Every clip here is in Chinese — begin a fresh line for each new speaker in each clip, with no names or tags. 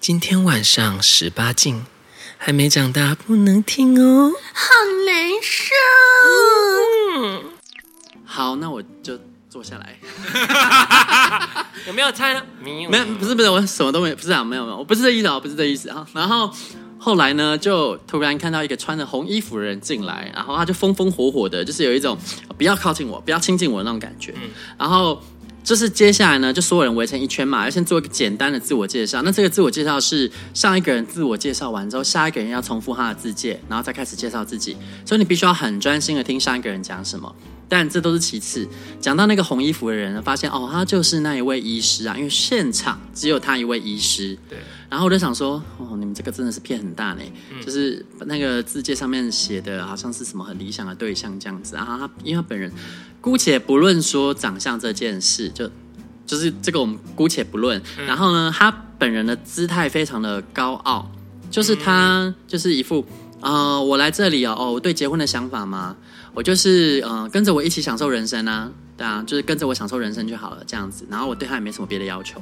今天晚上十八禁，还没长大不能听哦。
好难受。
好，那我就坐下来。 有没有猜？没有没有，不是不是，我什么都没有，不是啊，没有没有，我不是这意思啊，我不是这意思啊。然后后来呢，就突然看到一个穿着红衣服的人进来，然后他就风风火火的，就是有一种不要靠近我，不要亲近我的那种感觉。然后就是接下来呢，就所有人围成一圈嘛，要先做一个简单的自我介绍。那这个自我介绍是上一个人自我介绍完之后，下一个人要重复他的自介，然后再开始介绍自己。所以你必须要很专心的听上一个人讲什么。但这都是其次。讲到那个红衣服的人呢，发现哦，他就是那一位医师啊，因为现场只有他一位医师。
对。
然后我就想说，哦，你们这个真的是骗很大呢，就是那个字界上面写的好像是什么很理想的对象这样子。然啊后他，因为他本人，姑且不论说长相这件事，就就是这个我们姑且不论。
嗯
然后呢，他本人的姿态非常的高傲，就是
嗯
他就是一副啊、呃我来这里哦，哦，我对结婚的想法嘛，我就是嗯、呃跟着我一起享受人生啊，对啊，就是跟着我享受人生就好了这样子。然后我对他也没什么别的要求，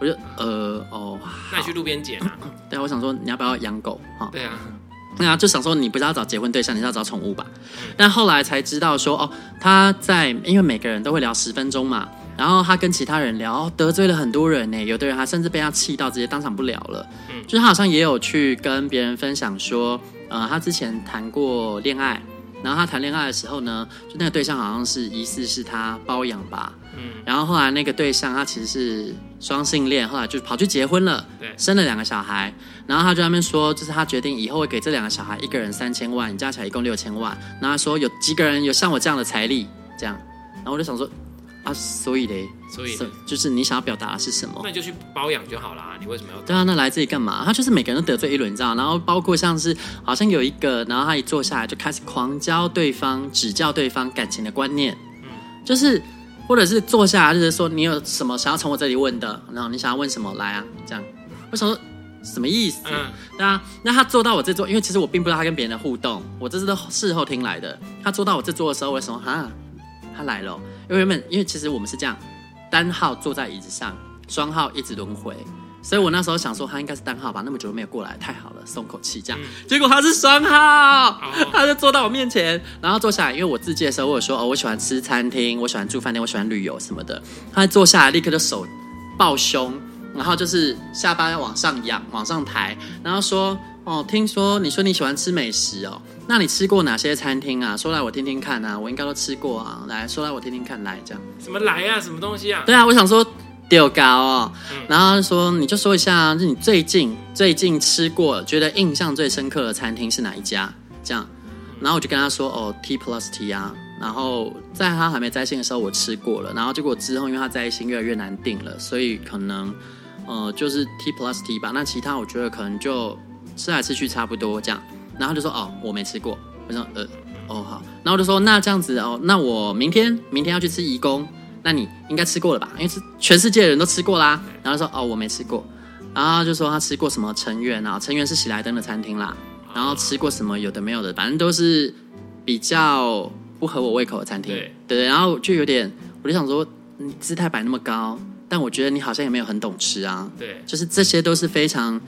我就呃哦，
那你去路边捡啊。
对啊，我想说你要不要养狗哦哈、
对啊，
那就想说你不是要找结婚对象，你是要找宠物吧？但后来才知道说哦，他在因为每个人都会聊十分钟嘛，然后他跟其他人聊，哦得罪了很多人欸呢，有的人还甚至被他气到直接当场不聊了。
嗯
就是他好像也有去跟别人分享说，呃，他之前谈过恋爱。然后他谈恋爱的时候呢，就那个对象好像是疑似是他包养吧，
嗯，
然后后来那个对象他其实是双性恋，后来就跑去结婚了，
对
生了两个小孩。然后他就在那边说，就是他决定以后会给这两个小孩一个人三千万，加起来一共六千万。然后他说有几个人有像我这样的财力，这样。然后我就想说，啊，所以嘞，
所以
所就是你想要表达的是什么
那？你就去包养就好啦。你为什么要？
对啊，那来这里干嘛？他就是每个人都得罪一轮，你知道？然后包括像是好像有一个，然后他一坐下来就开始狂教对方、指教对方感情的观念，就是或者是坐下来就是说你有什么想要从我这里问的，然后你想要问什么来啊？这样，我想说什么意思？
嗯，
对啊，那他坐到我这桌，因为其实我并不知道他跟别人的互动，我这是都事后听来的。他坐到我这桌的时候，我就想说哈，他来了哦、因为原本因为其实我们是这样，单号坐在椅子上，双号一直轮回，所以我那时候想说他应该是单号吧，那么久都没有过来，太好了，松口气这样。结果他是双号，他就坐到我面前，然后坐下来，因为我自介的时候我有说哦，我喜欢吃餐厅，我喜欢住饭店，我喜欢旅游什么的。他坐下来立刻就手抱胸，然后就是下巴要往上仰，往上抬，然后说：“哦，听说你说你喜欢吃美食哦，那你吃过哪些餐厅啊？说来我听听看啊，我应该都吃过啊，来说来我听听看，来这样。
什么来啊？什么东西啊？
对啊，我想说丢高哦，
嗯
然后他说你就说一下啊，就是你最近最近吃过觉得印象最深刻的餐厅是哪一家？这样，然后我就跟他说哦，T Plus T 啊。然后在他还没摘星的时候，我吃过了。然后结果之后，因为他摘星越来越难定了，所以可能呃就是 T Plus T 吧。那其他我觉得可能就吃来吃去差不多这样。然后他就说哦，我没吃过。我说呃哦好，然后我就说那这样子哦，那我明天明天要去吃义工，那你应该吃过了吧？因为是全世界的人都吃过啦。然后他说哦我没吃过，然后他就说他吃过什么成员啊，成员是喜来登的餐厅啦，然后吃过什么有的没有的，反正都是比较不合我胃口的餐厅。
对
对，然后就有点我就想说你姿态摆那么高，但我觉得你好像也没有很懂吃啊，
对，
就是这些都是非常。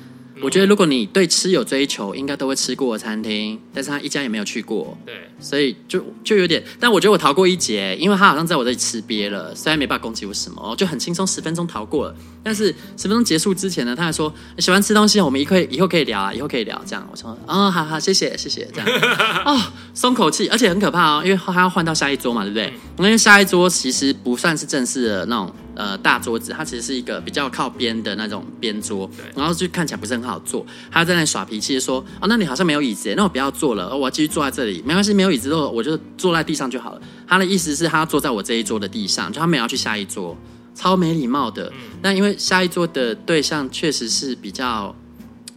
我觉得如果你对吃有追求，应该都会吃过的餐厅，但是他一家也没有去过，
对，
所以就就有点，但我觉得我逃过一劫，因为他好像在我这里吃瘪了，虽然没办法攻击我什么，就很轻松十分钟逃过了。但是十分钟结束之前呢，他还说哎喜欢吃东西，我们一会以后可以聊啊，以后可以聊这样。我说啊、哦，好好，谢谢谢谢这样，哦，松口气，而且很可怕哦，因为他要换到下一桌嘛，对不对？因为下一桌其实不算是正式的那种呃大桌子，它其实是一个比较靠边的那种边桌，然后就看起来不是很好坐。他在那里耍脾气说：“哦，那你好像没有椅子耶，那我不要坐了，哦我要继续坐在这里，没关系，没有椅子坐，我就坐在地上就好了。”他的意思是，他要坐在我这一桌的地上，就他没有要去下一桌，超没礼貌的。但因为下一桌的对象确实是比较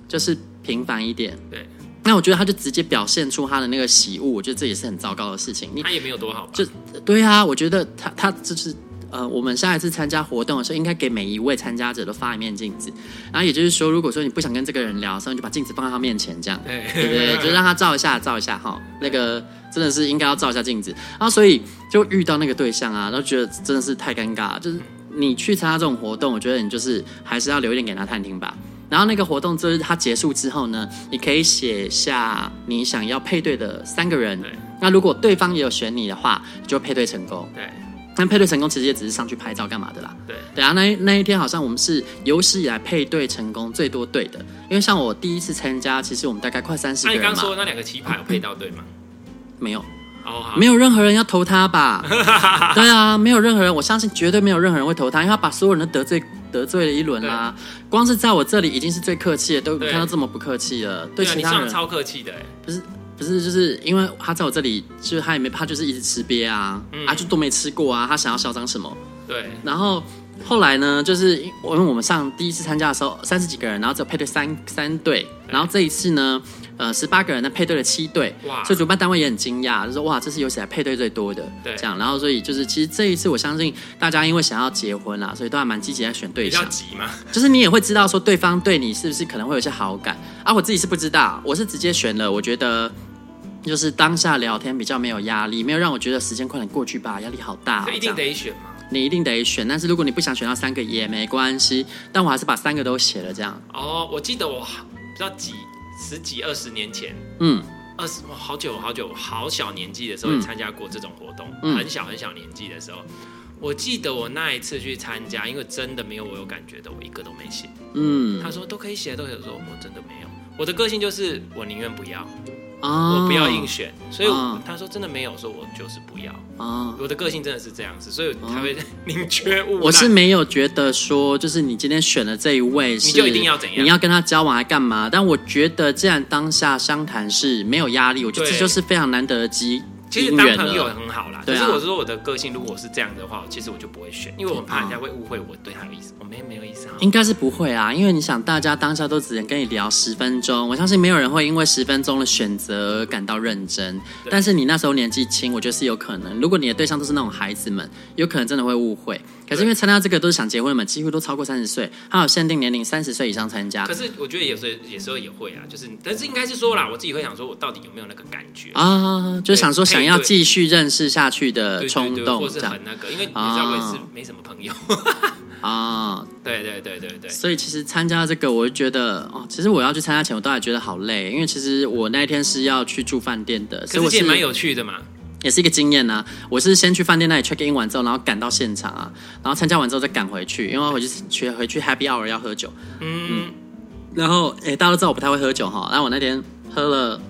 就是平凡一点，
对，
那我觉得他就直接表现出他的那个喜恶，我觉得这也是很糟糕的事情。你
他也没有多好吧？
就对啊，我觉得他他就是呃，我们下一次参加活动的时候，应该给每一位参加者都发一面镜子。然后也就是说，如果说你不想跟这个人聊的时候，你就把镜子放在他面前，这样
对
对不对？就让他照一下，照一下哈。那个真的是应该要照一下镜子。然后所以就遇到那个对象啊，然后觉得真的是太尴尬了。就是你去参加这种活动，我觉得你就是还是要留一点给他探听吧。然后那个活动就是它结束之后呢，你可以写下你想要配对的三个人
对。
那如果对方也有选你的话，你就配对成功。
对
但配对成功其实也只是上去拍照干嘛的啦。
对，
对啊，那一那一天好像我们是有史以来配对成功最多对的，因为像我第一次参加，其实我们大概快三十
那
个
啊你
人
刚
嘛，
说的那两个棋牌有配到对吗？
没有
哦，好
没，有任何人要投他 吧？对啊，没有任何人，我相信绝对没有任何人会投他，因为他把所有人都得罪得罪了一轮啦、光是在我这里已经是最客气的，都
对
看到这么不客气了，对
对啊，
其
你
他
上
人
超客气的哎，
不是不是，就是因为他在我这里，就是他也没他就是一直吃瘪啊，
嗯
啊就都没吃过啊，他想要嚣张什么？
对
然后后来呢，就是因为我们上第一次参加的时候，三十几个人，然后只有配对三三对，然后这一次呢，呃，十八个人，那配对了七对，
哇
所以主办单位也很惊讶，就说哇，这是有史以来配对最多的，
对
这样，然后所以就是其实这一次我相信大家因为想要结婚啦，所以都还蛮积极在选对
比较
象，
急嘛，
就是你也会知道说对方对你是不是可能会有一些好感啊，我自己是不知道，我是直接选了，我觉得。就是当下聊天比较没有压力，没有让我觉得时间快点过去吧，压力好大、哦。
所以一
这
定
样
得选嘛。
你一定得选，但是如果你不想选到三个也没关系，但我还是把三个都写了这样。
哦，我记得我比较几十几二十年前，
嗯，
二十哇好久好久好小年纪的时候
嗯
也参加过这种活动，
嗯
很小很小年纪的时候，我记得我那一次去参加，因为真的没有我有感觉的，我一个都没写。
嗯
他说都可以写，都可以写，我说我真的没有。我的个性就是我宁愿不要，
哦
我不要硬选，所以我
哦
他说真的没有，我说我就是不要。
哦。
我的个性真的是这样子，所以才会 宁缺毋滥。
我是没有觉得说，就是你今天选的这一位是，
你就一定要怎样
你要跟他交往还干嘛？但我觉得，既然当下相谈是没有压力，我觉得
对
这就是非常难得的机
其
姻
实当
缘
朋友
了。
很好啦，
对
可
啊
是我是说我的个性，如果是这样的话，其实我就不会选，因为我很怕
啊
人家会误会我对他的意思，我没没有意思啊。
应该是不会啊，因为你想，大家当下都只能跟你聊十分钟，我相信没有人会因为十分钟的选择而感到认真。
对
但是你那时候年纪轻，我觉得是有可能。如果你的对象都是那种孩子们，有可能真的会误会。可是因为参加这个都是想结婚的嘛，几乎都超过三十岁，还有限定年龄三十岁以上参加
可是我觉得有时候有时候也会啊，就是但是应该是说啦，我自己会想说，我到底有没有那个感觉？
啊，就想说想要继续认识下去的
对
冲
对对，
动
或
这
是
样
很那个，因为你知道我也是没什么朋友。
啊。
对对对对对，
所以其实参加这个，我就觉得哦，其实我要去参加前，我都还觉得好累，因为其实我那一天是要去住饭店的，所
可
以
是
我
其
是
实蛮有趣的嘛。
也是一个经验呐、我是先去饭店那里 check in 完之后，然后赶到现场啊，然后参加完之后再赶回去，因为回去去回去 happy hour 要喝酒。
嗯，
然后诶、大家都知道我不太会喝酒哈，然后我那天喝了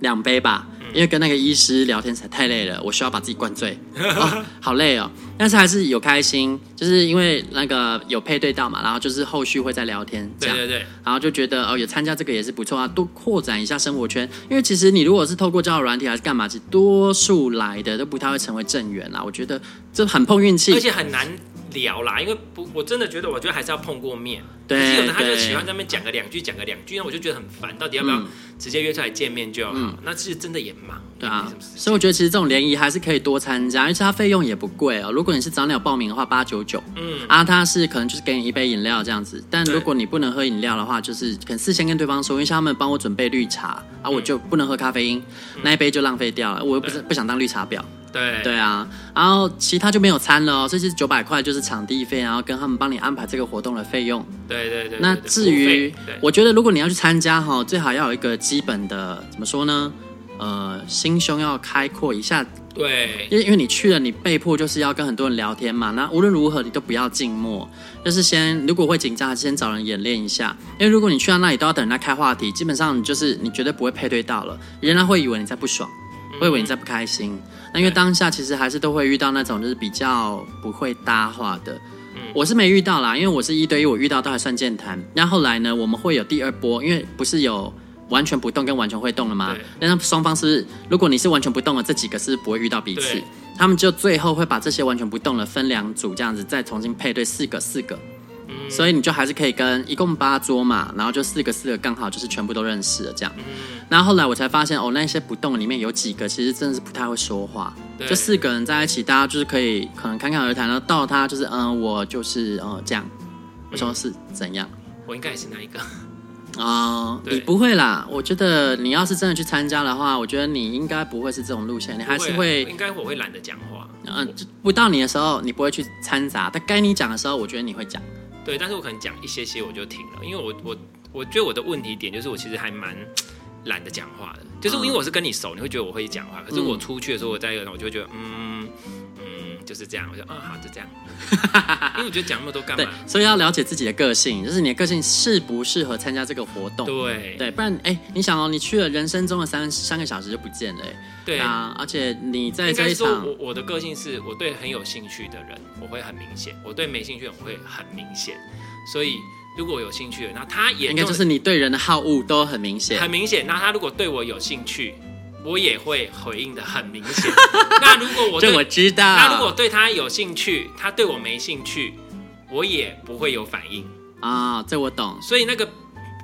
两杯吧，
嗯
因为跟那个医师聊天实在太累了，我需要把自己灌醉， 哦、好累哦。但是还是有开心，就是因为那个有配对到嘛，然后就是后续会再聊天这
对
样。
对对，
然后就觉得哦，有参加这个也是不错啊，多扩展一下生活圈。因为其实你如果是透过交友软体还是干嘛，其实多数来的都不太会成为正缘啊啦。我觉得这很碰运气
而，且很难聊啦，因为不，我真的觉得，我觉得还是要碰过面。
对
可是有的他就
对
喜欢在那边讲个两句，讲个两句，那我就觉得很烦，到底要不要
嗯
直接约出来见面就好？那其实真的也忙，
对
也没
啊
什么。事
所以我觉得其实这种联谊还是可以多参加，而且它费用也不贵哦。如果你是早鸟报名的话，八九九。
嗯，
啊，它是可能就是给你一杯饮料这样子，但
对
如果你不能喝饮料的话，就是可能事先跟对方说，因为像他们帮我准备绿茶啊，我就不能喝咖啡因，
嗯
那一杯就浪费掉了，我又不是不想当绿茶婊。
对
对啊，然后其他就没有餐了哦，这是九百块就是场地费，然后跟他们帮你安排这个活动的费用。
对对对。
那
对对
至于
付费对
我觉得如果你要去参加哈，最好要有一个基本的怎么说呢？呃，心胸要开阔一下，
对
因为因为你去了，你被迫就是要跟很多人聊天嘛。那无论如何，你都不要静默，就是先如果会紧张，还是先找人演练一下。因为如果你去到那里都要等人家开话题，基本上你就是你绝对不会配对到了，人家会以为你在不爽。
嗯
会以为你在不开心。那因为当下其实还是都会遇到那种就是比较不会搭话的。
嗯
我是没遇到啦，因为我是一对一，我遇到都还算健谈。那后来呢，我们会有第二波，因为不是有完全不动跟完全会动了吗
对？
那双方是，如果你是完全不动的，这几个是不会遇到彼此
对。
他们就最后会把这些完全不动的分两组，这样子再重新配对四个四个。
嗯
所以你就还是可以跟一共八桌嘛，然后就四个四个刚好就是全部都认识了这样。
嗯
然后后来我才发现，哦，那些不动里面有几个其实真的是不太会说话，
对
就四个人在一起，大家就是可以可能侃侃而谈，然后到他就是嗯，我就是呃这样，
嗯
我说是怎样
我应该也是那一个，
啊、
对
你不会啦，我觉得你要是真的去参加的话，我觉得你应该不会是这种路线，你还是
不
会
应该我会懒得讲话。
呃嗯，就不到你的时候，你不会去掺杂；但该你讲的时候，我觉得你会讲。
对，但是我可能讲一些些我就停了，因为我我我觉得我的问题点就是我其实还蛮懒得讲话的，就是因为我是跟你熟，你会觉得我会讲话，可是我
嗯
出去的时候，我在一个人，我就会觉得嗯嗯就是这样，我就啊好就这样， 因为我觉得讲那么多干
对
嘛？，
所以要了解自己的个性，就是你的个性适不适合参加这个活动。
对
对，不然哎、你想哦，你去了人生中的三三个小时就不见了、哎
对
啊，而且你在
应
这
该
一
说
场嗯
我，我的个性是我对很有兴趣的人我会很明显，我对没兴趣的人我会很明显，所以如果我有兴趣的，那他也
应该就
弄得
是你对人的好恶都很明显
很。明显。那他如果对我有兴趣，我也会回应的很 明显。那如果我
这我啊
对
知道。
那如果对他有兴趣，他对我没兴趣，我也不会有反应。
啊、这我懂。
所以那个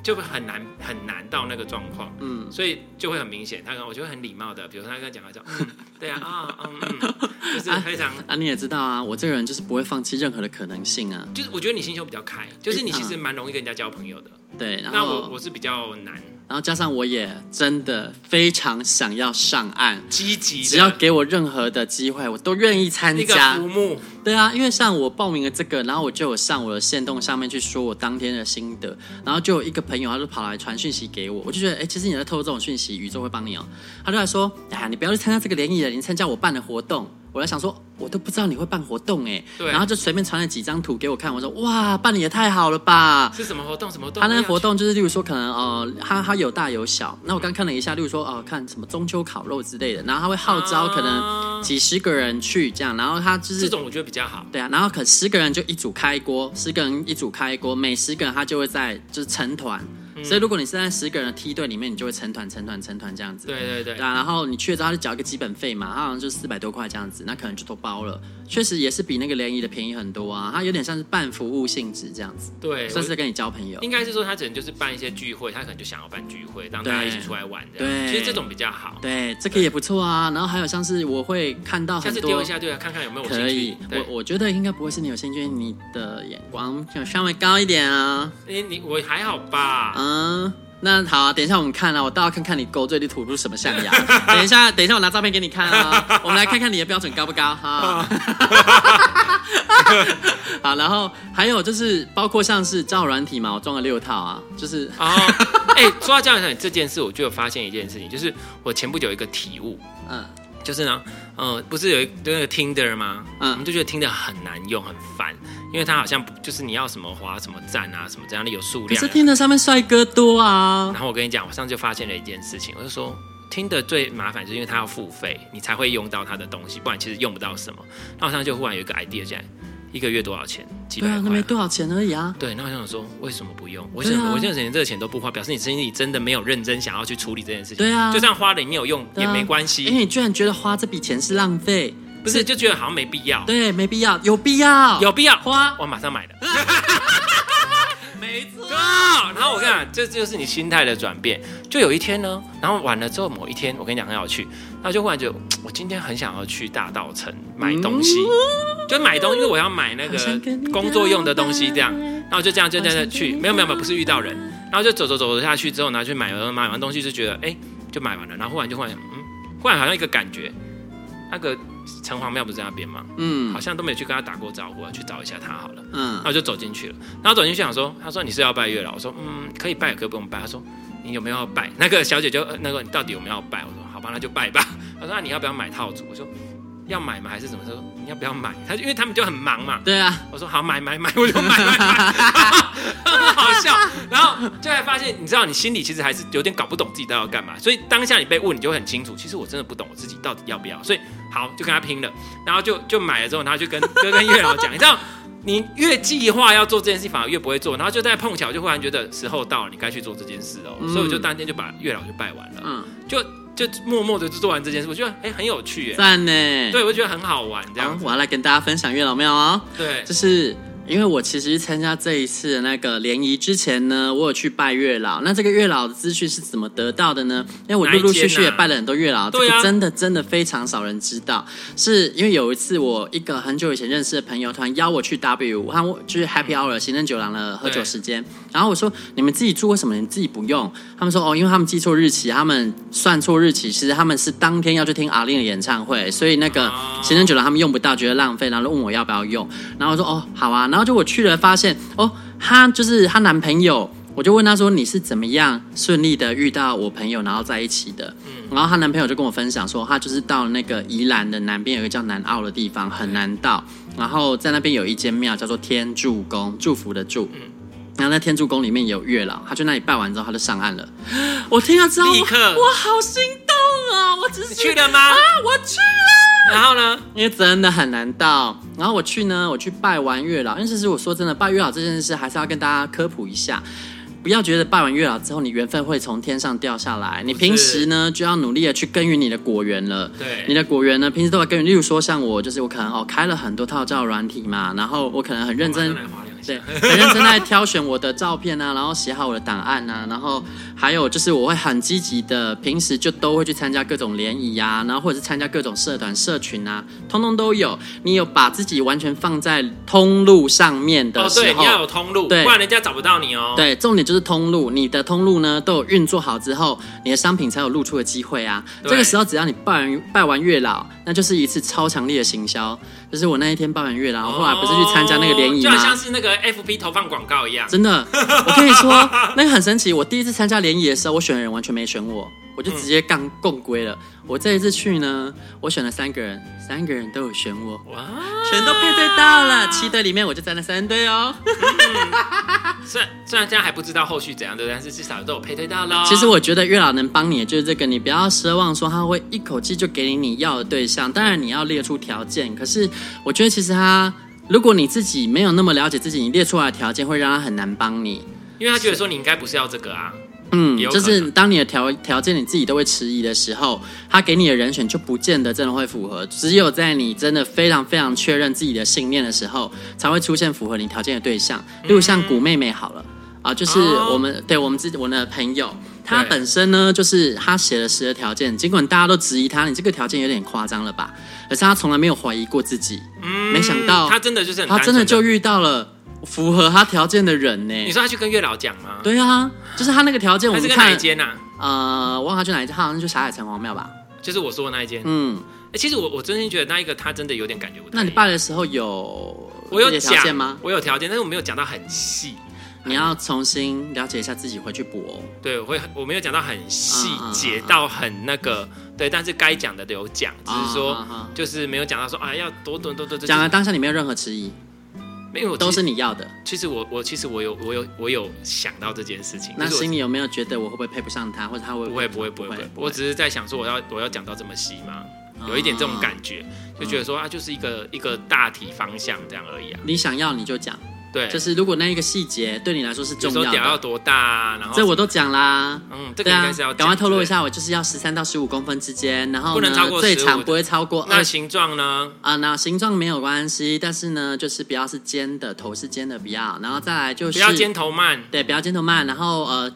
就很难很难到那个状况。
嗯，
所以就会很明显，他跟我就会很礼貌的，比如说他跟他讲话讲， 嗯，对啊，啊，嗯嗯，就是非常
啊，你也知道啊，我这个人就是不会放弃任何的可能性啊。
就是我觉得你心胸比较开，就是你其实蛮容易跟人家交朋友的。
对，哦然
那我
后
我是比较难
然后加上我也真的非常想要上岸，
积极的，
只要给我任何的机会，我都愿意参
一个
加
浮。木，
对啊，因为像我报名了这个，然后我就有上我的线动上面去说我当天的心得，然后就有一个朋友他就跑来传讯息给我，我就觉得哎、诶其实你在透露这种讯息，宇宙会帮你哦。他就来说，哎呀，你不要去参加这个联谊了，你参加我办的活动。我在想说，我都不知道你会办活动哎，
对
然后就随便传了几张图给我看，我说哇，办的也太好了吧。
是什么活动？什么活动？
啊他那个活动就是，例如说，可能呃，他他有大有小。那我刚看了一下，例如说，呃，看什么中秋烤肉之类的，然后他会号召可能
啊
几十个人去这样，然后他就是
哦这种我觉得比较好。
对啊，然后可十个人就一组开锅，十个人一组开锅，每十个人他就会在就是成团，
嗯
所以如果你是在十个人的梯队里面，你就会成团成团成团这样子。
对对
对
对，
啊，然后你去了之后他就缴一个基本费嘛，他好像就四百多块这样子，那可能就都包了，确实也是比那个联谊的便宜很多啊，它有点像是半服务性质这样子，
对，
算是
我
在跟你交朋友。
应该是说他只能就是办一些聚会，他可能就想要办聚会，让大家
对
一起出来玩这样。
对
其实这种比较好。
对，这个也不错啊。然后还有像是我会看到
下
很
次丢
多
一，下，对啊，看看有没有我兴
可以
趣。，对
我我觉得应该不会是你有兴趣，你的眼光就稍微高一点啊。
你你我还好吧？
嗯，那好、等一下我们看啊，我倒要看看你狗嘴里吐出什么象 牙。等一下，等一下我拿照片给你看啊，我们来看看你的标准高不高 哈。好，然后还有就是包括像是交友软体嘛，我装了六套啊，就是
哦， 哎，说到教养这件事，我就有发现一件事情，就是我前不久有一个体悟，
嗯
就是呢，呃，不是有一那个 Tinder 吗？
嗯
我们就觉得 Tinder 很难用，很烦，因为它好像不就是你要什么划什么赞啊，什么这样的有数
可
量
是
啊。
听得上面帅哥多啊
然。后我跟你讲，我上次就发现了一件事情，我就说。Tinder 最麻烦就是因为它要付费，你才会用到它的东西，不然其实用不到什么。那我上次就忽然有一个 idea，进来一个月多少钱？几
对啊，
百
那
块
没
啊。
多少钱而已啊。
对，那我就想说，为什么不用？为
对啊
什么、我现在连这个钱都不花？表示你心里真的没有认真想要去处理这件事情。
对啊
就算花了你没有用、
对
也
啊
没关系，
因为你居然觉得花这笔钱是浪费，
不是就觉得好像没必要，
对，没必要，有必要，
有必要
花
我马 上买了。
没错。
啊！然后我跟你讲，这这就是你心态的转变。就有一天呢，然后完了之后某一天，我跟你讲很有趣，然后就忽然觉得，我今天很想要去大道城买东西， 就买东西，因为我要买那
嗯好
个
想跟你
工作用的东西，这样
告白。
然后就这样就这样去，
好想跟你
没有没有没有，不是遇到人，然后就走走走走下去之后，然后去买完买完东西就觉得，哎，就买完了，然后忽然就忽然嗯，忽然好像一个感觉，那个城隍庙不是在那边吗？
嗯
好像都没有去跟他打过招呼啊，去找一下他好了。
嗯
然，后就走进去了，然后走进去想说，他说你是要拜月老，我说嗯，可以拜，也可以不用拜。他说你有没有要拜？那个小姐就、呃那个你到底有没有要拜？我说好吧，那就拜吧。他说那你要不要买套组？我说要买吗？还是怎么？他说你要不要买？他因为他们就很忙嘛。
对啊。
我说好买买买，我就买买买，很好笑。然后就还发现，你知道，你心里其实还是有点搞不懂自己到底要干嘛。所以当下你被问，你就会很清楚，其实我真的不懂我自己到底要不要。所以好，就跟他拼了，然后就就买了之后，然后就跟就跟月老讲，你知道。你越计划要做这件事，反而越不会做，然后就在碰巧就忽然觉得时候到了，你该去做这件事哦，
嗯
所以我就当天就把月老就拜完了，
嗯，
就就默默的就做完这件事，我觉得哎、很有趣耶，
赞呢。
对，我觉得很好玩这样
好
子，
我要来跟大家分享月老庙哦，
对
就是。因为我其实参加这一次的那个联谊之前呢，我有去拜月老。那这个月老的资讯是怎么得到的呢？因为我陆陆续续
哪一间啊
也拜了很多月老，
对啊
这个真的真的非常少人知道。是因为有一次我一个很久以前认识的朋友，突然邀我去 W，他我就是 Happy Hour 行政酒廊的喝酒时间，然后我说你们自己住，为什么你自己不用？他们说哦，因为他们记错日期，他们算错日期，其实他们是当天要去听阿令的演唱会，所以那个行政酒廊他们用不到，觉得浪费，然后问我要不要用，然后我说哦好啊，然后就我去了，发现哦她就是她男朋友。我就问她说：“你是怎么样顺利的遇到我朋友，然后在一起的？”然后她男朋友就跟我分享说，她就是到那个宜兰的南边有一个叫南澳的地方，很难到。然后在那边有一间庙叫做天柱宫，祝福的祝。然后在天柱宫里面有月老，她去那里拜完之后，她就上岸了。我听了之后，
立刻
我好心动啊！我只是
你去了吗
啊，我去了。
然后呢？
因为真的很难到。然后我去呢，我去拜完月老，因为其实我说真的，拜月老这件事还是要跟大家科普一下。不要觉得拜完月老之后，你缘分会从天上掉下来。你平时呢，就要努力的去耕耘你的果园了。
对
你的果园呢，平时都要耕耘。例如说，像我，就是我可能哦开了很多套照软体嘛，然后我可能很认真
马上来划两下
对，很认真在挑选我的照片啊，然后写好我的档案啊，然后还有就是我会很积极的，平时就都会去参加各种联谊啊，然后或者是参加各种社团、社群啊，通通都有。你有把自己完全放在通路上面的
哦，
时
对，
候，
你要有通路，不
对
然人家找不到你哦。
对，重点就是通路，你的通路呢都有运作好之后，你的商品才有露出的机会啊。
对
这个时候只要你拜完拜完月老，那就是一次超强烈的行销。就是我那一天拜完月老，
哦，
后来不是去参加那个联谊
就
吗？
好像是那个 FB 投放广告一样。
真的，我跟你说，那个很神奇。我第一次参加联谊的时候，我选的人完全没选我，我就直接杠共归了。我这一次去呢，我选了三个人，三个人都有选我，
哇，
全都配对到了。七队里面我就占了三队哦。
虽然虽然现在还不知道后续怎样，对，但是至少都有配对到喽。
其实我觉得月老能帮你的就是这个，你不要奢望说他会一口气就给你你要的对象，当然你要列出条件。可是我觉得其实他，如果你自己没有那么了解自己，你列出来的条件会让他很难帮你。
因为他觉得说你应该不是要这个啊，
嗯
也有，可
就
能
是当你的条条件你自己都会迟疑的时候，他给你的人选就不见得真的会符合。只有在你真的非常非常确认自己的信念的时候，才会出现符合你条件的对象。例如像古妹妹好了啊，就是
嗯哦
我们、对我们自己我的朋友，她
对
本身呢就是她写了十个条件，尽管大家都质疑她，你这个条件有点夸张了吧？可是她从来没有怀疑过自己，
嗯
没想到
他真的就是很
她
单
真的
纯的
就遇到了符合她条件的人呢、
你说他去跟月老讲吗？
对啊，就是她那个条件，我
他
们
是跟哪
看
一间啊？
呃，忘了去哪一家，好像就霞海城隍庙吧。
就是我说的那一间。
嗯，
欸其实我我真心觉得那一个他真的有点感觉不到。
那你拜的时候有
我有
这些条
讲
件吗？
我有条件，但是我没有讲到很细。
你要重新了解一下自己，回去补哦。
对，我会我没有讲到很细
嗯嗯
节
嗯
到很那个，对，但是该讲的都有讲，只是
嗯
说
嗯嗯
就是没有讲到说啊要多多多多多
讲了，当下你没有任何迟疑，
没有，
都
其实
是你要的。
其实我我其实我有我有我有想到这件事情，
那
就是我
心里有没有觉得我会不会配不上他，或者他会
不会不会不会不会，我只是在想说我要我要讲到这么细吗？有一点这种感觉，就
嗯
觉得说啊就是一个一个大体方向这样而已啊，
你想要你就讲，
对，
就是如果那一个细节对你来说是
比如
重
说
要
屌要
的，
多大啊，然后
这我都讲啦。
嗯这
对
个应
啊
该是要，
赶快透露一
讲，
下，我就是要十三到十五公分之间，然后
不能超
呢
过
最长
15
不会超过
对那
二
形状呢？
啊，那形状没有关系，但是呢，就是不要是尖的，头是尖的不要，然后再来就是
不要尖头慢，
对，不要尖头慢，然后呃，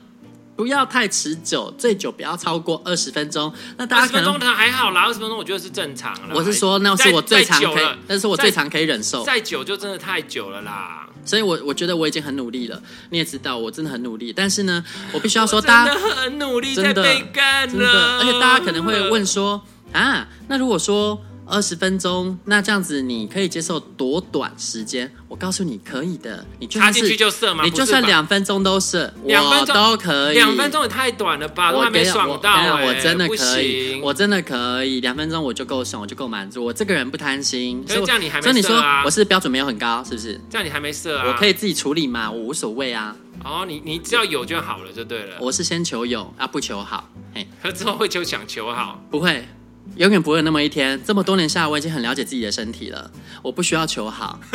不要太持久，最久不要超过二十分钟。那大
二
家
十
可
分钟
能
的还好啦，二十分钟我觉得是正常了。
我是说，那是
再
我最
再
长
久
可以
了，，
那是我
再
最长可以忍受，
再久就真的太久了啦。
所以我我觉得我已经很努力了。你也知道，我真的很努力，但是呢，我必须要说，
我
大
真
家
的很努力在
真的
被啊干
真
了，
的，而且大家可能会问说啊，那如果说二十分钟，那这样子你可以接受多短时间？我告诉你，可以的，你就
插
算
进去
是
就射吗？
你
不
就是算
吧
两分钟都是，
两分
我
钟
都可以。
两分钟也太短了吧，都还
我
没
给我
爽到
等一下
哎，
我真的
不
可以，
行
我真的可以，两分钟我就够爽，我就够满足。我这个人不贪心，
可是
所以我
这样你还没
所以你说
射啊
我是标准没有很高，是不是？
这样你还没射啊？
我可以自己处理嘛，我无所谓啊。
哦，你你只要有就好了，就对了。
我是先求有啊，不求好，嘿，
可之后会求想求好，
不会。永远不会有那么一天。这么多年下来，我已经很了解自己的身体了。我不需要求 好，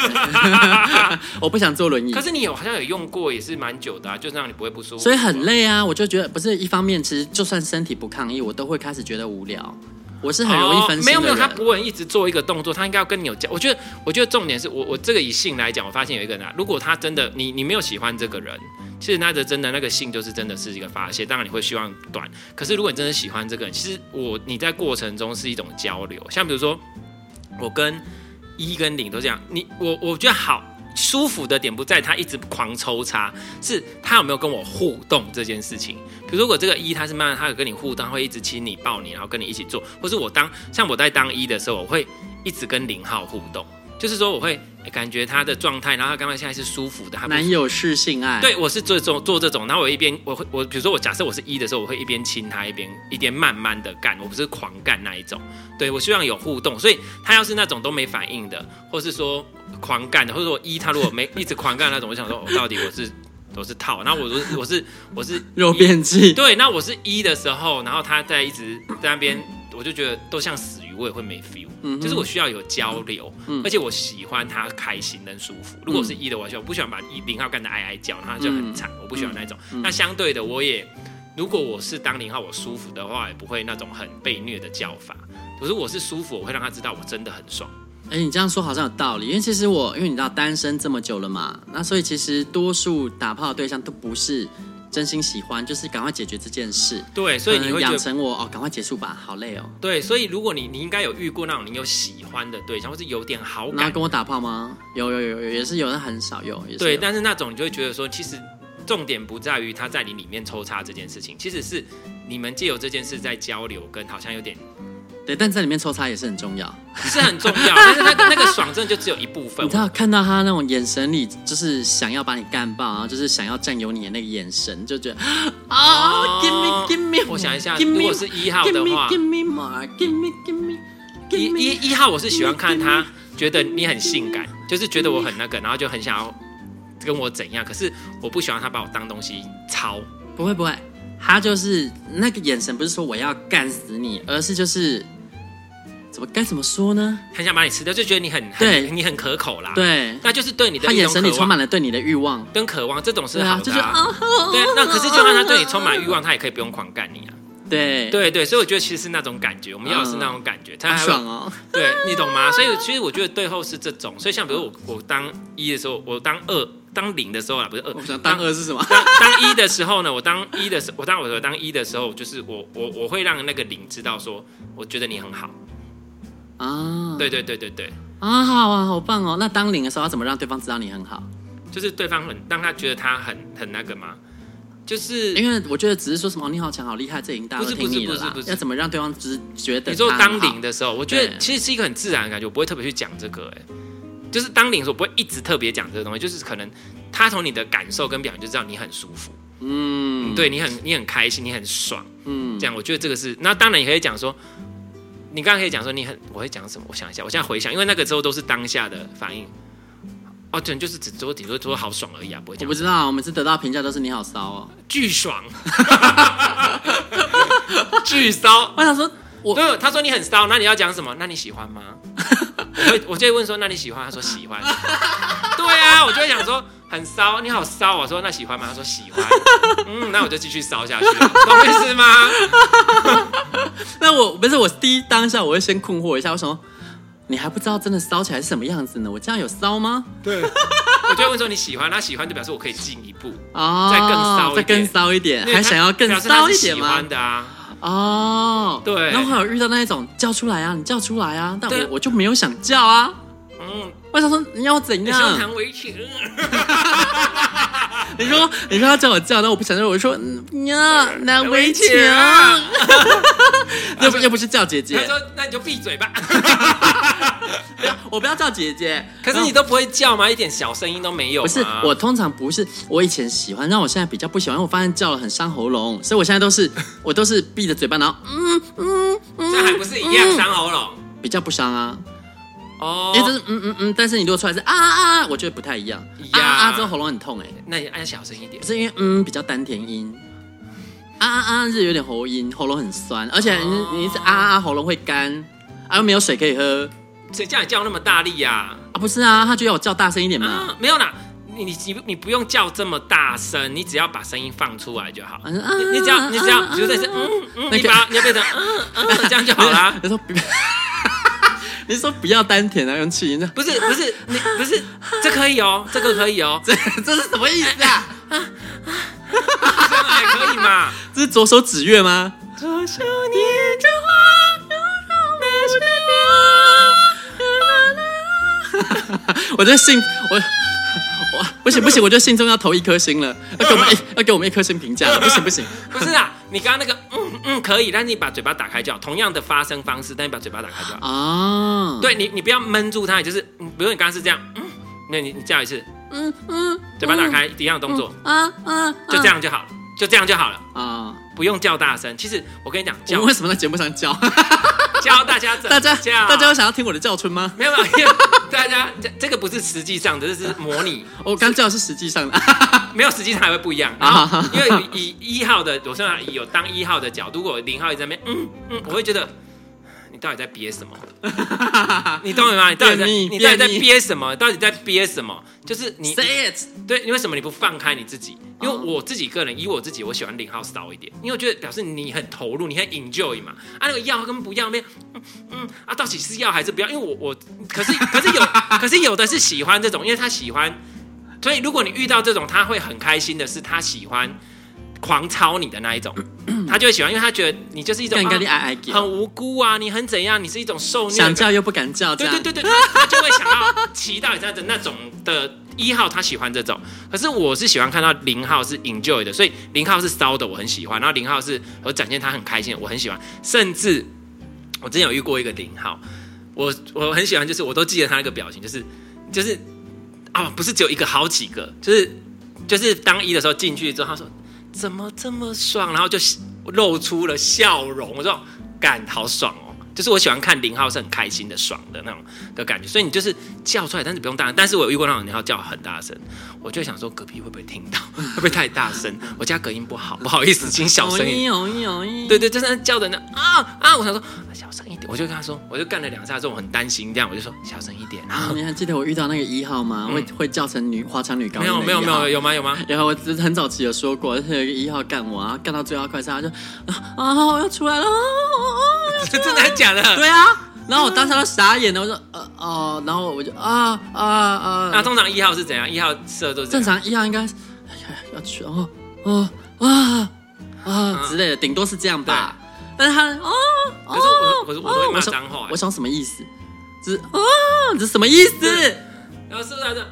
我不想坐轮椅
可，是你有好像有用过，也是蛮久的、啊，就让你不会不舒服，
所以很。累啊。我就觉得，不是一方面，其实就算身体不抗议，我都会开始觉得无聊。我是很容易分
哦
心的
没有
人。
没有，他不能一直做一个动作，他应该要跟你有交。我觉得，我觉得重点是我我这个以性来讲，我发现有一个人、啊，如果他真的你你没有喜欢这个人，其实他的真的那个性就是真的是一个发泄，当然你会希望短。可是如果你真的喜欢这个人，其实我你在过程中是一种交流，像比如说我跟一跟零都这样，你我我觉得好，舒服的点不在他一直狂抽插，是他有没有跟我互动这件事情。比如如果这个一他是慢慢他有跟你互动，他会一直亲你、抱你，然后跟你一起做，或是我当像我在当一的时候，我会一直跟零号互动，就是说我会欸感觉他的状态，然后他刚刚现在是舒服的，他不
男友是性哎爱，
对，我是做这种做这种，然后我一边我会我比如说我假设我是一的时候，我会一边亲他一边一边慢慢的干，我不是狂干那一种。对我希望有互动，所以他要是那种都没反应的，或是说狂干的，或者说我一他如果没一直狂干那种，我想说、哦到底我是我是套，那我是我是我是
肉
一
变质，
对，那我是一的时候，然后他在一直在那边，我就觉得都像死鱼，我也会没 feel。就
嗯
是我需要有交流，而且我喜欢他开心跟舒服。如果是一的，我喜欢我不喜欢把一零号干的哀哀叫，然后就
嗯
很惨，我不喜欢那种。那相对的，我也如果我是当零号，我舒服的话，也不会那种很被虐的叫法。可是我是舒服，我会让他知道我真的很爽。
哎、你这样说好像有道理，因为其实我，因为你知道单身这么久了嘛，那所以其实多数打炮的对象都不是真心喜欢，就是赶快解决这件事。
对，所以
可
你
能
会觉
养
得
成我哦，赶快结束吧，好累哦。
对。所以如果你你应该有遇过那种你有喜欢的对象，或是有点好
然
感
后跟我打炮吗？有有有有，也是有，但很少有。也是
对，
有
但是那种你就会觉得说，其实重点不在于他在你里面抽插这件事情，其实是你们借由这件事在交流，跟好像有点
对，但在里面抽插也是很重要。
是很重要，但是那个那个爽真的就只有一部分
你。知道看到他那种眼神里，就是想要把你干爆，然后就是想要占有你的那个眼神，就觉得啊、g i v e me give me，
哦我想一下，
give
如
me,
果是一号
give
的
me
话，
give me more give me give me give
一
me
一一号我是喜欢看他觉得你很性感，就是觉得我很那个，然后就很想要跟我怎样，可是我不喜欢他把我当东西操。
不会不会，他就是那个眼神，不是说我要干死你，而是就是怎么该怎么说呢？
很想把你吃掉，就觉得你很
对
很你很可口啦。，
对，
那就是对你的
他
一
眼
种
神里
渴
充
望
满了对你的欲望。
跟渴望，这种是
对啊
好，
就
的
是
啊、
啊，
对，那可是就算他对你充满欲望，他也可以不用狂干你啊。
哦对，嗯
对对，所以我觉得其实是那种感觉，我们要的是那种感觉，他
好
还
爽
会
哦。
对你懂吗？所以其实我觉得对后是这种，所以像比如我我当一的时候，我当二当零的时候啦，不是二，
我想当二是什么？
当当一的时候呢，我当一的时候，我当我我当一的时候，就是我我我会让那个零知道说，我觉得你很好。
啊，
对对对对对，
啊，好啊，好棒哦。那当零的时候要怎么让对方知道你很好？
就是对方很让他觉得他很很那个嘛，就是
因为我觉得只是说什么哦你好强好厉害，这已经大家都
不是不
听
是
腻了
不
啦
是不。是
要怎么让对方只觉得
你说
他很
当
好
领的时候，我觉得
对
其实是一个很自然的感觉，我不会特别去讲这个、哎，就是当领的时候，我不会一直特别讲这个东西，就是可能他从你的感受跟表情就知道你很舒服，
嗯，
对你很你很开心，你很爽，
嗯
这样我觉得这个是，那当然也可以讲说。你刚刚可以讲说你很，我会讲什么？我想一下，我现在回想，因为那个时候都是当下的反应，哦，对，就是只说顶多说好爽而已啊，不会
我
讲
不知道，我每次得到评价都是你好骚哦。
巨爽， 巨骚，
我想说， 我
对，他说你很骚，那你要讲什么？那你喜欢 吗？我会，我就会问说，那你喜欢？他说喜欢。 对啊，我就会想说很骚，你好骚。我说那喜欢吗？他说喜 欢。嗯，那我就继续骚下去，懂我意思吗？
那我不是我第一当下我会先困惑一下，我想说你还不知道真的骚起来是什么样子呢？我这样有骚吗？
对，我就会问说你喜欢，那喜欢就表示我可以进一步，
哦，
再更骚一点
再更骚一点， 还想要更
表示他
骚
是
一点
喜
吗
欢？的啊，
哦，
对
然后还有遇到那一种叫出来啊，你叫出来啊，但
对
我我就没有想叫啊。
嗯，
我想说你要我怎
你胸
样？
膛围 裙，
你说你说要叫我叫，那我不想叫，我就说嗯呀，难为情。 又不又不是叫姐
啊他
姐，
说那你就闭嘴 吧。
我不要叫姐姐。
可是你都不会叫吗？一点小声音都没有吗？
不是，我通常不是，我以前喜欢，但我现在比较不喜欢，因为我发现叫了很伤喉咙，所以我现在都 是我都是闭着嘴巴，然后嗯嗯
这还
嗯，
不是一样伤喉咙
比较不伤啊，
哦
因为这是嗯嗯嗯，但是你如果出来是啊啊，啊，我觉得不太一样，啊
呀
啊啊，这喉咙很痛哎、
那你按小声一点
不。是因为嗯比较丹田音。啊啊啊！是有点喉音，喉咙很酸，而且
哦
你你一直啊啊啊，喉咙会干，啊又没有水可以喝
谁叫你叫那么大力呀、
啊！不是啊，他就要我叫大声一点
啊？
嘛。
没有啦，你你你你不用叫这么大声，你只要把声音放出来就好。
啊啊
你你只要你只要，比如说是嗯嗯，你把你要变成嗯嗯 这样就好啦。
你说不， 你说不要丹田啊，用气音 这样
不是不是你不是，这可以哦，这个可以哦，
这这是什么意思啊？
这个还可以嘛。
这是左手指月吗？
左手捏着花，右手拿着
我在信我不行不行，我觉得心中要投一颗星了，要给我们一要给我们一颗星评价了，不行不 行，
不是啦，你刚刚那个嗯嗯可以，但是你把嘴巴打开就好，同样的发声方式，但你把嘴巴打开就好。
啊，，
对你，你不要闷住它，也就是嗯比如你刚刚是这样，嗯，那你你叫一次，
嗯嗯，
嘴巴打开一样的动作，
啊啊，
就这样就好了，就这样就好了，
啊。
不用叫大声。其实我跟你讲，
我
教
们为什么在节目上 叫？
教大家怎
大
么
家
叫，
大家有想要听我的叫春吗？
没有没有， 因为大家这这个不是实际上的，这是模拟，
我刚叫的是实际上的，
没有实际上还会不一
啊
样。然后因为以一号的，我身上有当一号的角度，如果零号也在那边，嗯嗯，我会觉得你到底在憋什么？你懂我吗？你到底在
便秘
你到底在
便秘
憋什么？到底在憋什么？就是你
say it，
对，你为什么你不放开你自己？因为
哦
我自己个人，以我自己，我喜欢零号少一点，因为我觉得表示你很投入，你很 enjoy 嘛。啊，那个要跟不要，那边嗯嗯啊，到底是要还是不要？因为我我可是 可是有可是有的是喜欢这种，因为他喜欢，所以如果你遇到这种，他会很开心的是，他喜欢狂操你的那 一种，他就会喜欢，因为他觉得你就是一种
干干
啊
的爱爱叫，
很无辜啊，你很怎样，你是一种受虐
想
感。
叫又不敢叫，这
对
样
对对对，他他就会想要骑到你这样子那种的一号，他喜欢这种。可是我是喜欢看到零号是 enjoy 的，所以零号是骚的，我很喜欢。然后零号是我展现他很开心，我很喜欢。甚至我之前有遇过一个零号，我我很喜欢，就是我都记得他那个表情，就是就是啊、不是只有一个，好几个，就是就是当一的时候进去之后，他说怎么这么爽，然后就露出了笑容，我说干好爽哦。就是我喜欢看零号是很开心的、爽的那种的感觉，所以你就是叫出来，但是不用大声。但是我有遇过那种零号叫很大声，我就想说隔壁会不会听到， 会不会太大声？我家隔音不好，不好意思，请小声一点。
哦咦哦咦，
对对，真的叫的呢啊啊！我想说小声一点，我就跟他说，我就干了两下之后，我很担心，这样我就说小声一点。然
哦
后
你还记得我遇到那个一号吗？
嗯
会会叫成女花腔女高音的一
没有
号
没有没有。有吗有吗？
然后我只是很早期有说过，就是有一个一号干我，然后啊干到最后要快杀，他就啊啊我要出来了，啊啊啊
真的还假的？
对啊。然
嗯
后我当时都傻眼了，我说呃哦，然后我就啊啊
那
啊，
通常一号是怎样？一号射都是
正常一号应该是哎呀要去哦哦啊啊
嗯
之类的，顶多是这样吧。但是他哦
可是我我是我都会
哦
骂
想
脏话
我，想什么意思？这是哦这是什么意思？
然后射出来的。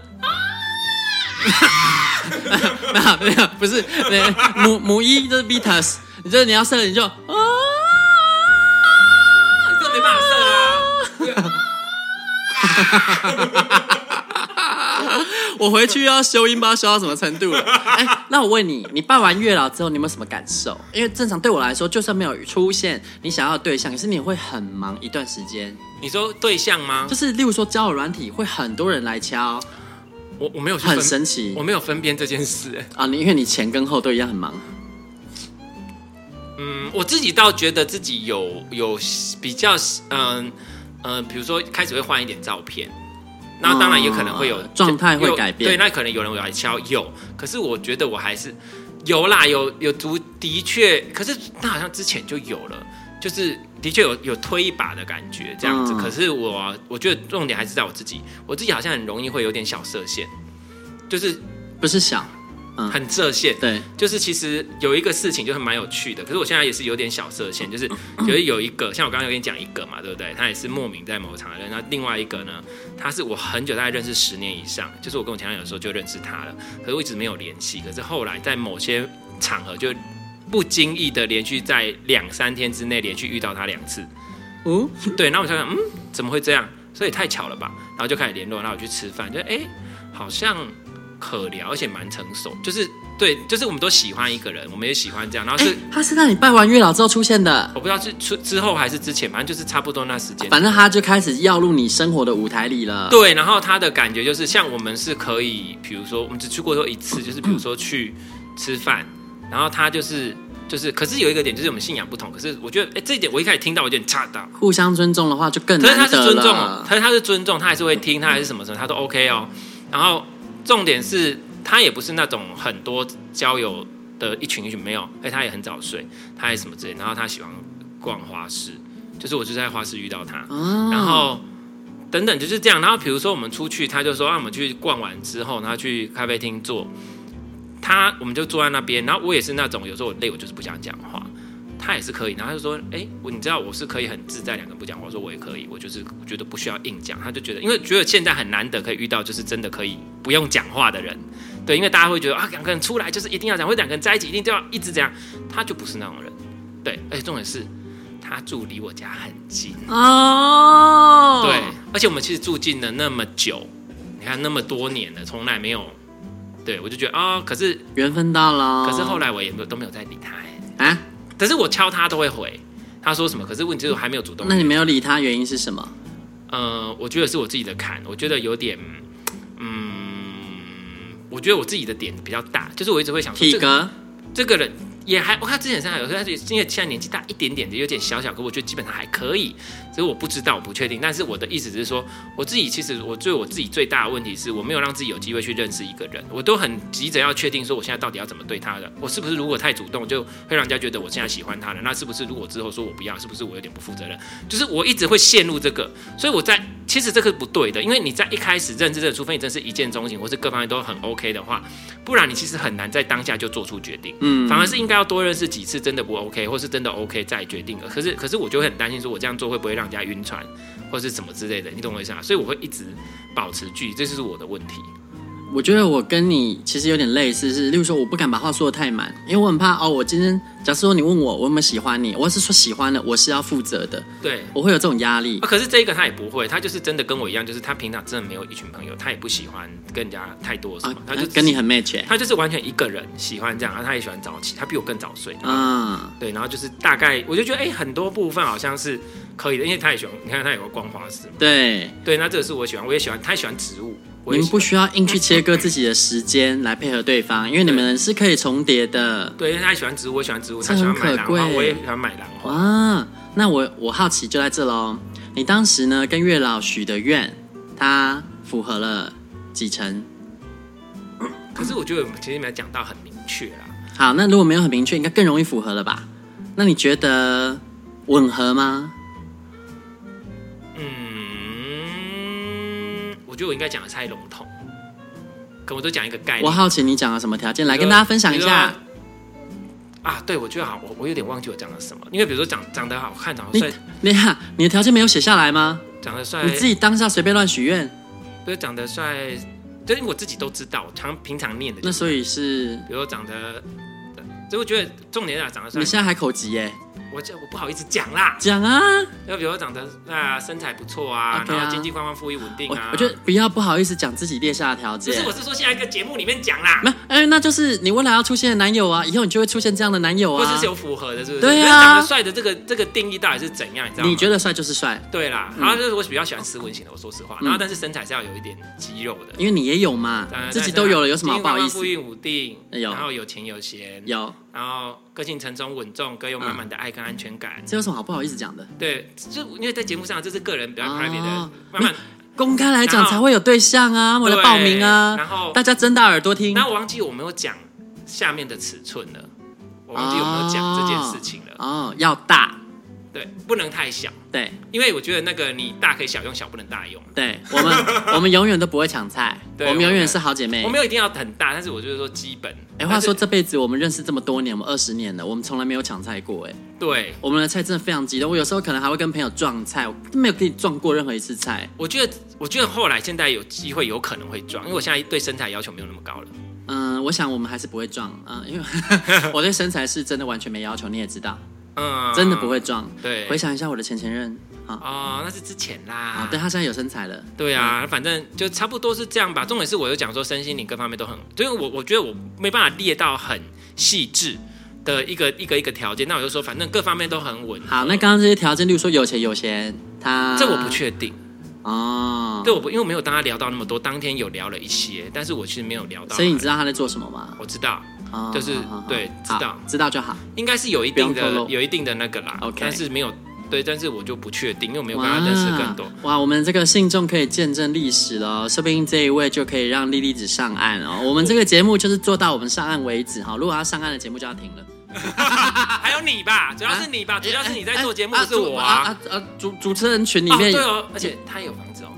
啊，没有，不是，没有母母一就是 Vitas，你就是你要射你就啊，
这没办法射啊！
我回去要修音，不知道修到什么程度了。哎、那我问你，你拜完月老之后，你有没有什么感受？因为正常对我来说，就算没有出现你想要的对象，可是你会很忙一段时间，
你说对象吗
就？是例如说交友软体，会很多人来敲，
我我没有去
很
分，
神奇
我没有分辨这件事。欸
啊。你因为你前跟后都一样很忙，
嗯，我自己倒觉得自己有有比较嗯嗯，比如说开始会换一点照片。那当然也可能会有
哦状态会
有
改变
对，那可能有人来敲有，可是我觉得我还是有啦，有有足的确，可是那好像之前就有了，就是的确有有推一把的感觉这样子。
嗯
可是我我觉得重点还是在我自己，我自己好像很容易会有点小射线，就是
不是想
很射线，
对
就是其实有一个事情就是蛮有趣的，可是我现在也是有点小设限，就是就是有一个，像我刚刚有跟你讲一个嘛，对不对？他也是莫名在某个场合认识，那另外一个呢，他是我很久大概认识十年以上，就是我跟我前男友的时候就认识他了，可是我一直没有联系，可是后来在某些场合就不经意的连续在两三天之内连续遇到他两次，
哦，
对，那我想想，嗯，怎么会这样？所以太巧了吧？然后就开始联络，然后我去吃饭，就哎、诶好像可聊，而且蛮成熟，就是对，就是我们都喜欢一个人，我们也喜欢这样，然后
哎、
是、
他是让你拜完月老之后出现的。
我不知道是之之后还是之前，反正就是差不多那时间。
反正他就开始要入你生活的舞台里了。
对，然后他的感觉就是像我们是可以，比如说我们只去过说一次，就是比如说去吃饭，然后他就是就是，可是有一个点就是我们信仰不同，可是我觉得哎、诶这一点我一开始听到我有点差到，
互相尊重的话，就更
可是他
难
是
得
尊重哦，
了。
可是他是尊重，他还是会听，他还是什么什么，他都 OK 哦。然后重点是他也不是那种很多交友的一群一群没有，哎，他也很早睡，他也什么之类，然后他喜欢逛花市，就是我就在花市遇到他，
哦
然后等等就是这样。然后比如说我们出去，他就说啊，我们去逛完之后，然后去咖啡厅坐。他我们就坐在那边，然后我也是那种有时候我累，我就是不想讲话。他他也是可以。然后他就说，哎、我你知道我是可以很自在，两个人不讲话。我说我也可以，我就是觉得不需要硬讲。他就觉得，啊因为觉得现在很难得可以遇到就是真的可以不用讲话的人，对，因为大家会觉得啊，两个人出来就是一定要讲，或者啊两个人在一起一定就要一直这样。他就不是那种人，对，而且重点是他住离我家很近。
哦，
对，而且我们其实住进了那么久，你看那么多年了，从来没有。对，我就觉得啊、可是
缘分到了。
可是后来我也没有都没有再理他哎，
啊，
可是我敲他都会回，他说什么？可是问题是我还没有主动
那。你没有理他，原因是什么？
呃，我觉得是我自己的坎，我觉得有点，嗯，我觉得我自己的点比较大，就是我一直会想说，
体
这个
格
这个人也还，我看他之前上海有时候他就因为现在年纪大一点点的，有点小小，可我觉得基本上还可以。只是我不知道，我不确定。但是我的意思只是说，我自己其实我对我自己最大的问题是我没有让自己有机会去认识一个人，我都很急着要确定说我现在到底要怎么对他的。我是不是如果太主动，就会让人家觉得我现在喜欢他了？那是不是如果之后说我不要，是不是我有点不负责任？就是我一直会陷入这个，所以我在其实这个不对的，因为你在一开始认知这个，除非你真是一见钟情，或是各方面都很 OK 的话，不然你其实很难在当下就做出决定。嗯，反而是应该要多认识几次，真的不 OK，或是真的 OK 再决定。可是可是我就会很担心，说我这样做会不会让人家晕船，或是什么之类的，你懂我意思啊？所以我会一直保持距离，这就是我的问题。
我觉得我跟你其实有点类似，是例如说我不敢把话说的太满，因为我很怕哦。我今天假设说你问我我有没有喜欢你，我要是说喜欢了，我是要负责的，
对。
我会有这种压力
啊、。可是这一个他也不会，他就是真的跟我一样，就是他平常真的没有一群朋友，他也不喜欢跟人家太多什
啊
么，他就
跟你很 match 欸
他就是完全一个人喜欢这样，然后他也喜欢早起，他比我更早睡。
啊，
对，然后就是大概我就觉得，哎、很多部分好像是可以的，因为他也喜欢，你看他有个光滑石嘛，
对，
对，那这个是我喜欢，我也喜欢，他也喜欢植物，我
你
也
们
喜
不
欢，
需要硬去切割自己的时间来配合对方，因为你们是可以重叠的。
对，因为他也喜欢植物，我也喜欢植物，
这
他喜欢
很
买
可
兰
贵
花，我也喜欢买兰花。
哇，那我我好奇就在这喽。你当时呢跟月老许的愿，他符合了几成？
可是我觉得我们其实没有讲到很明确啦，
好，那如果没有很明确，应该更容易符合了吧？那你觉得吻合吗？
嗯，我觉得我应该讲的太笼统，可我都讲一个概
我
念
好奇你讲了什么条件，来
比如
跟
说
大家分享一下。
啊。对，我觉得好，我我有点忘记我讲了什么，因为比如说长长得好看，长得
你
帅，
你看你的条件没有写下来吗？
长得帅，
你自己当下随便乱许愿，
不是长得帅，就是我自己都知道，我常平常念的
那
就是，
所以是
比如说长得，所以我觉得重点啊，长得帅
你，现在还口急耶？
我这我不好意思讲啦，
讲啊！
就比如说长得啊、身材不错啊
OK 啊
然后经济状况富裕稳定
我
啊，
我觉得不要不好意思讲自己列下的条
不
件
是，。我是说下一个节目里面讲啦，
没有，哎、那就是你未来要出现的男友啊，以后你就会出现这样的男友
或
啊
者。是有符合的，是不是？
对啊
可是长得帅的这个这个定义到底是怎样？你知道吗？
你觉得帅就是帅，
对啦，然后就是我比较喜欢斯文型的，我说实话，
嗯
然后但是身材是要有一点肌肉的。
因为你也有嘛，自己都有了，有什么好不好意
富
思？
裕稳定，
有
然后有钱有闲，
有，
然后个性沉重稳重，更有满满的爱跟安全感。
这有什么好不好意思讲的？
对，就因为在节目上这是个人比较
哦
private 的，慢慢
公开来讲
然后
才会有对象啊，我来
对
报名啊，
然后，
大家睁大耳朵听
然。后我忘记我没有讲下面的尺寸了，我忘记有没有讲这件事情了。
哦，要大，
对，不能太小，
对
因为我觉得那个你大可以小用，小不能大用。
对，我们 我们永远都不会抢菜，
对
我们永
我
远
们
是好姐妹
我。没有一定要很大，但是我就是说基本。
哎，话说
但
这辈子我们认识这么多年，我们二十年了，我们从来没有抢菜过，哎，
是对，
我们的菜真的非常激动，我有时候可能还会跟朋友撞菜，我都没有跟你撞过任何一次菜。
我觉得我觉得后来现在有机会有可能会撞，因为我现在对身材要求没有那么高了。
嗯，我想我们还是不会撞，嗯， 因为我对身材是真的完全没要求，你也知道，
嗯，
真的不会。撞。
对，
回想一下我的前前任，啊
哦，那是之前
啊
啦，。
对他现在有身材了，
对啊，反正就差不多是这样吧。重点是，我有讲说身心灵各方面都很，就是我我觉得我没办法列到很细致的一个一个一个条件。那我就说，反正各方面都很稳。
好，那刚刚这些条件，例如说有钱有闲，他
这我不确定，
哦，
对，我不因为我没有跟他聊到那么多，当天有聊了一些，但是我其实没有聊到。
所以你知道他在做什么吗？
我知道，
哦
就是
好好
对
好
知道
知道就好。
应该是有一定
不用
的
透露
有一定的那个啦
OK
但是没有对，但是我就不确定，因为我没有跟他认识更多。
哇，我们这个信众可以见证历史了哦，说不定这一位就可以让莉莉子上岸哦。我们这个节目就是做到我们上岸为止哈，如果要上岸的节目就要停了。
还有你吧，主要是你吧，主要是你在做节目，不是我啊。
啊啊啊！主主持人群里
哦，
面
对哦，而且他有房子哦，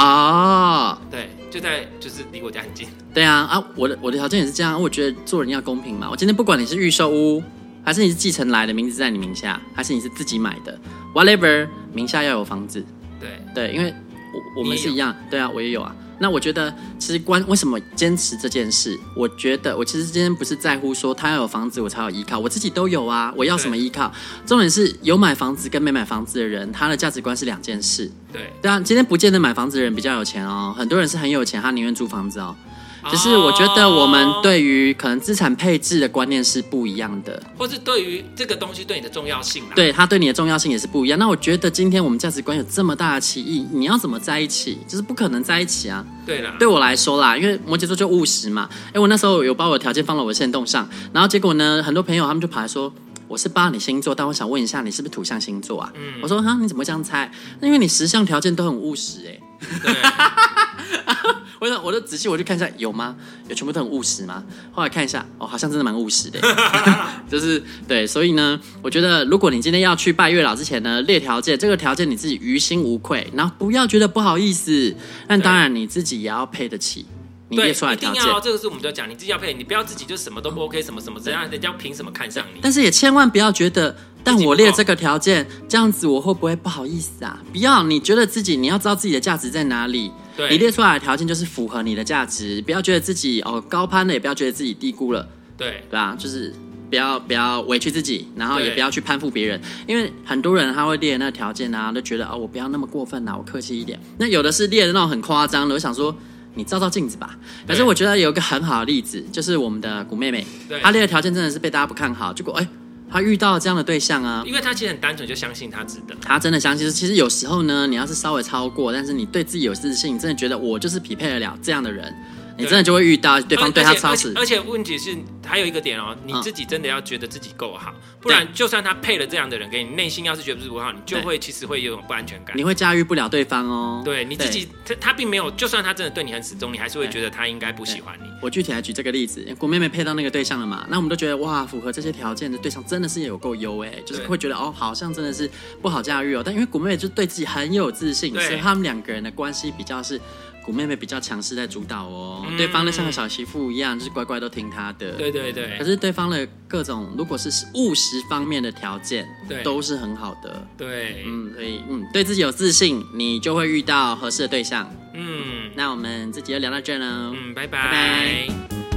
啊，
对，就在就是离我家很近。
啊对啊啊！我的我的条件也是这样，我觉得做人要公平嘛。我今天不管你是预售屋还是你是继承来的，名字在你名下，还是你是自己买的？Whatever，名下要有房子。
对，
对，因为我我们
你也
是
有
一样，对啊，我也有啊。那我觉得，其实关为什么坚持这件事，我觉得我其实今天不是在乎说他要有房子我才有依靠，我自己都有啊，我要什么依靠？重点是有买房子跟没买房子的人，他的价值观是两件事。
对，
对啊，今天不见得买房子的人比较有钱哦，很多人是很有钱，他宁愿租房子哦。只是我觉得我们
哦，
对于可能资产配置的观念是不一样的，
或是对于这个东西对你的重要性啊啦，
对他对你的重要性也是不一样。那我觉得今天我们价值观有这么大的歧义，你要怎么在一起？就是不可能在一起啊。
对啦，
对我来说啦，因为摩羯座就务实嘛。哎，我那时候有把我的条件放到我的线动上，然后结果呢，很多朋友他们就跑来说。我是八你星座，但我想问一下，你是不是土象星座啊？我说哈，你怎么会这样猜？那因为你十项条件都很务实哎、
对，
我就我就仔细我就看一下有吗？有全部都很务实吗？后来看一下，哦，好像真的蛮务实的， 就是对，所以呢，我觉得如果你今天要去拜月老之前呢，列条件，这个条件你自己于心无愧，然后不要觉得不好意思，但当然你自己也要配得起你列出来
对，
的条
一定
件。嗯
要这个是我们就讲，你自己要配，你不要自己就什么都不 OK，什么什么怎样，人家凭什么看上你？
但是也千万不要觉得，但
自己不
我
好
列这个条件，这样子我会不会不好意思啊？不要，你觉得自己，你要知道自己的价值在哪里。
对
你列出来的条件就是符合你的价值，不要觉得自己哦高攀了，也不要觉得自己低估了，
对
对吧？就是不要不要委屈自己，然后也
对
不要去攀附别人，因为很多人他会列那个条件啊，都觉得哦我不要那么过分啊，我客气一点。那有的是列的那种很夸张的，我想说。你照照镜子吧。可是
对
我觉得有一个很好的例子，就是我们的古妹妹，
对，
他列的条件真的是被大家不看好，结果哎、他遇到这样的对象啊，
因为他其实很单纯，就相信他值得。
他真的相信。其实有时候呢，你要是稍微超过，但是你对自己有自信，你真的觉得我就是匹配得了这样的人，你真的就会遇到对方对他
而且
超时。
而且而且问题是还有一个点哦，你
嗯
自己真的要觉得自己够好，不然就算他配了这样的人给你，内心要是觉得不好，你就
对
会其实会有种不安全感
你。会驾驭不了对方哦。
对你自己，他他并没有，就算他真的对你很始终，你还是会觉得他应该不喜欢你。
我具体来举这个例子，郭妹妹配到那个对象了嘛？那我们都觉得哇，符合这些条件的对象真的是有够优哎，就是
对
会觉得哦，好像真的是不好驾驭哦。但因为郭妹妹就对自己很有自信，
对
所以他们两个人的关系比较是。古妹妹比较强势在主导哦，
嗯
对方呢像个小媳妇一样，就是乖乖都听她的。
对对
可
对
是对方的各种，如果是务实方面的条件，
对
都是很好的。
对，
嗯，所以嗯，对自己有自信，你就会遇到合适的对象。
嗯
那我们这集就聊到这喽。
嗯，
拜拜